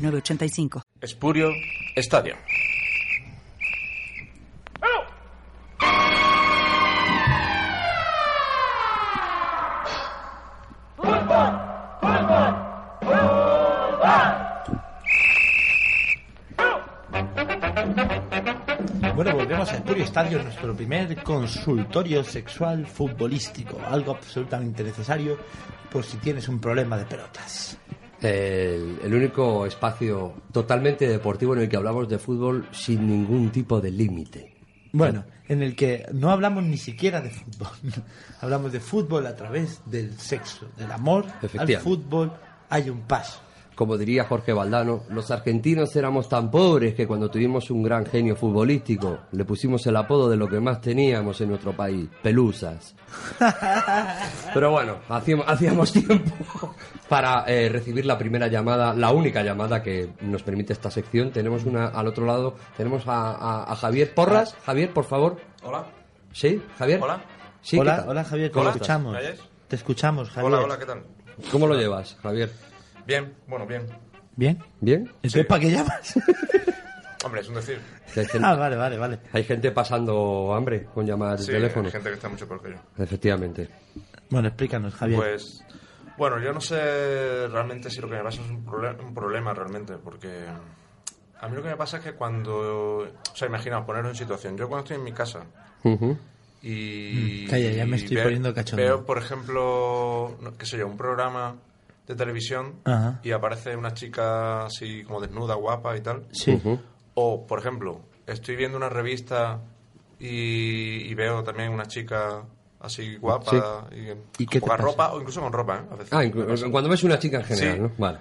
985. Espurio, estadio. ¡Fútbol! ¡Fútbol! ¡Fútbol! Bueno, volvemos a Espurio Estadio, nuestro primer consultorio sexual futbolístico, algo absolutamente necesario por si tienes un problema de pelotas. El, el único espacio totalmente deportivo en el que hablamos de fútbol sin ningún tipo de límite. Bueno, en el que no hablamos ni siquiera de fútbol, hablamos de fútbol a través del sexo, del amor al Efectivamente. fútbol, hay un paso. Como diría Jorge Valdano, los argentinos éramos tan pobres que cuando tuvimos un gran genio futbolístico le pusimos el apodo de lo que más teníamos en nuestro país, pelusas. Pero bueno, hacíamos, hacíamos tiempo para eh, recibir la primera llamada, la única llamada que nos permite esta sección. Tenemos una al otro lado, tenemos a, a- a Javier Porras. Javier, por favor. Hola. ¿Sí? ¿Eh? ¿Javier? Hola. Sí, ¿qué hola, tal? hola Javier, te Hola. escuchamos. ¿Me oyes? Te escuchamos, Javier. Hola, hola, ¿qué tal? ¿Cómo lo llevas, Javier? Bien, bueno, bien. ¿Bien? ¿Bien? ¿Entonces para qué llamas? Hombre, es un decir. Hay gente, ah, vale, vale, vale. hay gente pasando hambre con llamar de Sí, teléfono. hay gente que está mucho peor que yo. Efectivamente. Bueno, explícanos, Javier. Pues, bueno, yo no sé realmente si lo que me pasa es un, prole- un problema realmente, porque a mí lo que me pasa es que cuando... O sea, imagina, poneros en situación. Yo cuando estoy en mi casa Ujú. y... Mm, calla, ya me y estoy ve- poniendo cachondo. Veo, por ejemplo, no, qué sé yo, un programa de televisión Ajá. y aparece una chica así como desnuda, guapa y tal. Sí. Ujú. O, por ejemplo, estoy viendo una revista y, y veo también una chica así guapa y, ¿Y qué con poca te pasa? ropa, o incluso con ropa, ¿eh? A veces. Ah, inclu- cuando ves una chica en general, Sí. ¿no? Vale.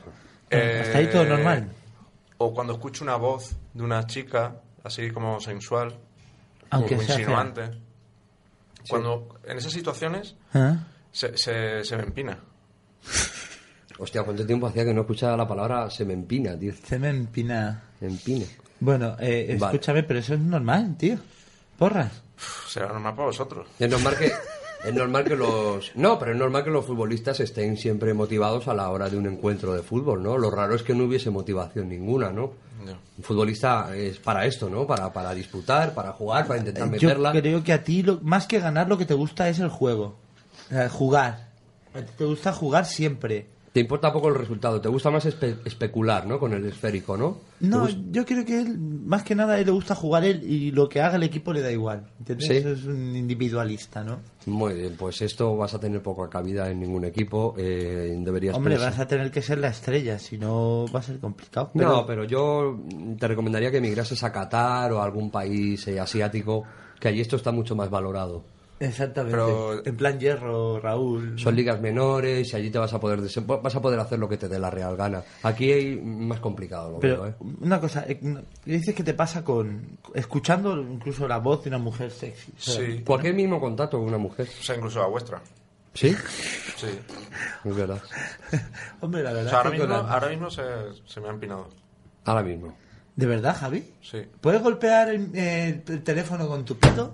Eh, Hasta ahí todo normal. O cuando escucho una voz de una chica así como sensual, Aunque como sea fea. insinuante. Cuando en esas situaciones ¿Ah? se, se, se me empina. Hostia, cuánto tiempo hacía que no escuchaba la palabra se me empina, tío. Se me empina. Se empina. Bueno, eh, Vale. escúchame, pero eso es normal, tío. Porras. Pff, Será normal para vosotros. Es normal que es normal que los no, pero es normal que los futbolistas estén siempre motivados a la hora de un encuentro de fútbol, ¿no? Lo raro es que no hubiese motivación ninguna, ¿no? Ya. Un futbolista es para esto, ¿no? Para, para disputar, para jugar, para intentar Yo meterla. creo que a ti, lo- más que ganar, lo que te gusta es el juego. Eh, jugar. A ti te gusta jugar siempre. Te importa poco el resultado, te gusta más espe- especular, ¿no? Con el esférico, ¿no? No, yo creo que él, más que nada, a él le gusta jugar él y lo que haga el equipo le da igual. ¿Entiendes? Sí. Eso es un individualista, ¿no? Muy bien, pues esto vas a tener poca cabida en ningún equipo. eh, deberías Hombre, pensar- vas a tener que ser la estrella, si no va a ser complicado. Pero, No, pero yo mm, te recomendaría que emigrases a Qatar o a algún país eh, asiático, que allí esto está mucho más valorado. Exactamente. Pero- En plan hierro, Raúl. Son ligas menores y allí te vas a poder dese- vas a poder hacer lo que te dé la real gana. Aquí hay mm, más complicado, lo Pero veo, ¿eh? una cosa, eh, no- dices que te pasa con escuchando incluso la voz de una mujer sexy. O sea, Sí. Cualquier mismo contacto con una mujer. O sea, incluso la vuestra. ¿Sí? Sí. Es verdad. Hombre, la verdad. O sea, ahora es que mismo, con la- ahora mismo se, se me ha empinado. Ahora mismo. ¿De verdad, Javi? Sí. ¿Puedes golpear el, eh, el teléfono con tu pito?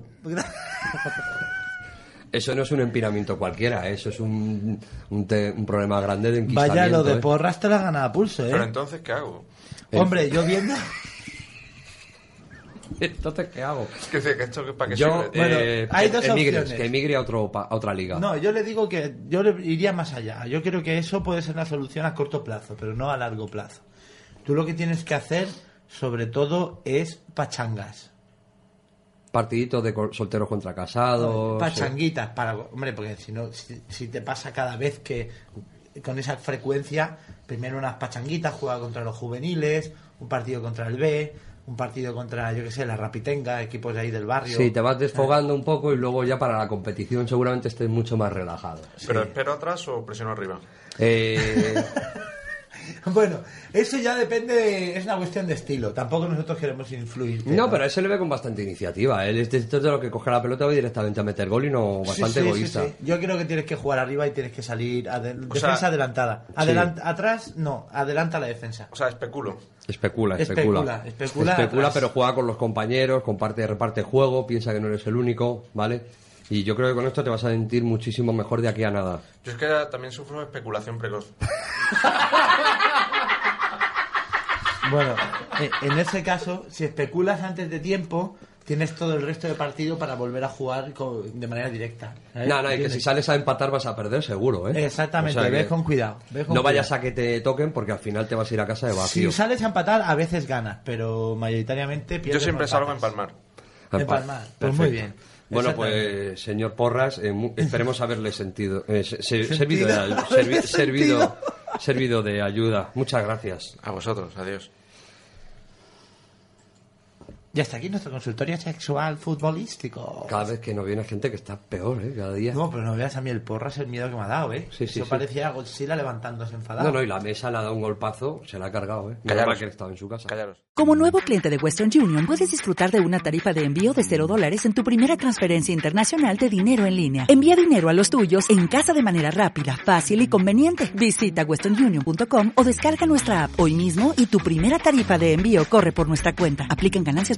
Eso no es un empinamiento cualquiera, ¿eh? eso es un, un, te- un problema grande de enquistamiento. Vaya, lo de ¿eh? porras te la gana a pulso, Pero ¿eh? entonces, ¿qué hago? Hombre, yo viendo... Entonces, ¿qué hago? Es que, que esto que para que Yo, sirve. bueno, eh, hay que dos emigres, opciones. que emigre a, otro, pa- a otra liga. No, yo le digo que yo le iría más allá. Yo creo que eso puede ser la solución a corto plazo, pero no a largo plazo. Tú lo que tienes que hacer, sobre todo, es pachangas. Partiditos de co- solteros contra casados. eh. Pachanguitas para hombre porque si no si, si te pasa cada vez que con esa frecuencia primero unas pachanguitas juega contra los juveniles un partido contra el B un partido contra yo que sé la Rapitenga equipos de ahí del barrio Sí, te vas desfogando un poco y luego ya para la competición seguramente estés mucho más relajado. Pero espero atrás o presiono arriba. Eh, Bueno, eso ya depende, de- es una cuestión de estilo. Tampoco nosotros queremos influir. No, pero a él se le ve con bastante iniciativa. ¿eh? Él es de estos de los que coge la pelota y va directamente a meter gol y no Sí, bastante sí, sí, egoísta. sí. Yo creo que tienes que jugar arriba y tienes que salir. ade- O sea, defensa adelantada. Adelan- Atrás, no, adelanta la defensa. O sea, especulo. Especula, especula. Especula, especula atrás. pero juega con los compañeros, comparte, reparte juego, piensa que no eres el único, ¿vale? Y yo creo que con esto te vas a sentir muchísimo mejor de aquí a nada. Yo es que también sufro de especulación precoz. Bueno, eh, en ese caso, si especulas antes de tiempo, tienes todo el resto de partido para volver a jugar co- de manera directa. ¿sabes? Nada, nada, y que si ¿Entiendes? sales a empatar vas a perder seguro, ¿eh? Exactamente, O sea que ves con cuidado. ves con No vayas cuidado. a que te toquen porque al final te vas a ir a casa de vacío. Si sales a empatar, a veces ganas, pero mayoritariamente Yo pierdes. siempre o salgo a empatas. empalmar. Empa- Empalmar, pues muy bien. Bueno, Exactamente. pues, señor Porras, eh, mu- esperemos haberle sentido, eh, se- se- Sentido. servido, de, ay- servi- Haberle servido, sentido. servido de ayuda. Muchas gracias. A vosotros, adiós. Y hasta aquí nuestro consultorio sexual futbolístico. Cada vez que nos viene gente que está peor, ¿eh? Cada día. No, pero no veas a mí el porras el miedo que me ha dado, ¿eh? Sí, sí, Eso sí. parecía Godzilla levantándose enfadado. No, no, y la mesa le ha dado un golpazo, se la ha cargado, ¿eh? Menos Callaros. mal que estaba en su casa. Callaros. Como nuevo cliente de Western Union, puedes disfrutar de una tarifa de envío de 0 dólares en tu primera transferencia internacional de dinero en línea. Envía dinero a los tuyos en casa de manera rápida, fácil y conveniente. Visita westernunion.com o descarga nuestra app hoy mismo y tu primera tarifa de envío corre por nuestra cuenta. Aplican ganancias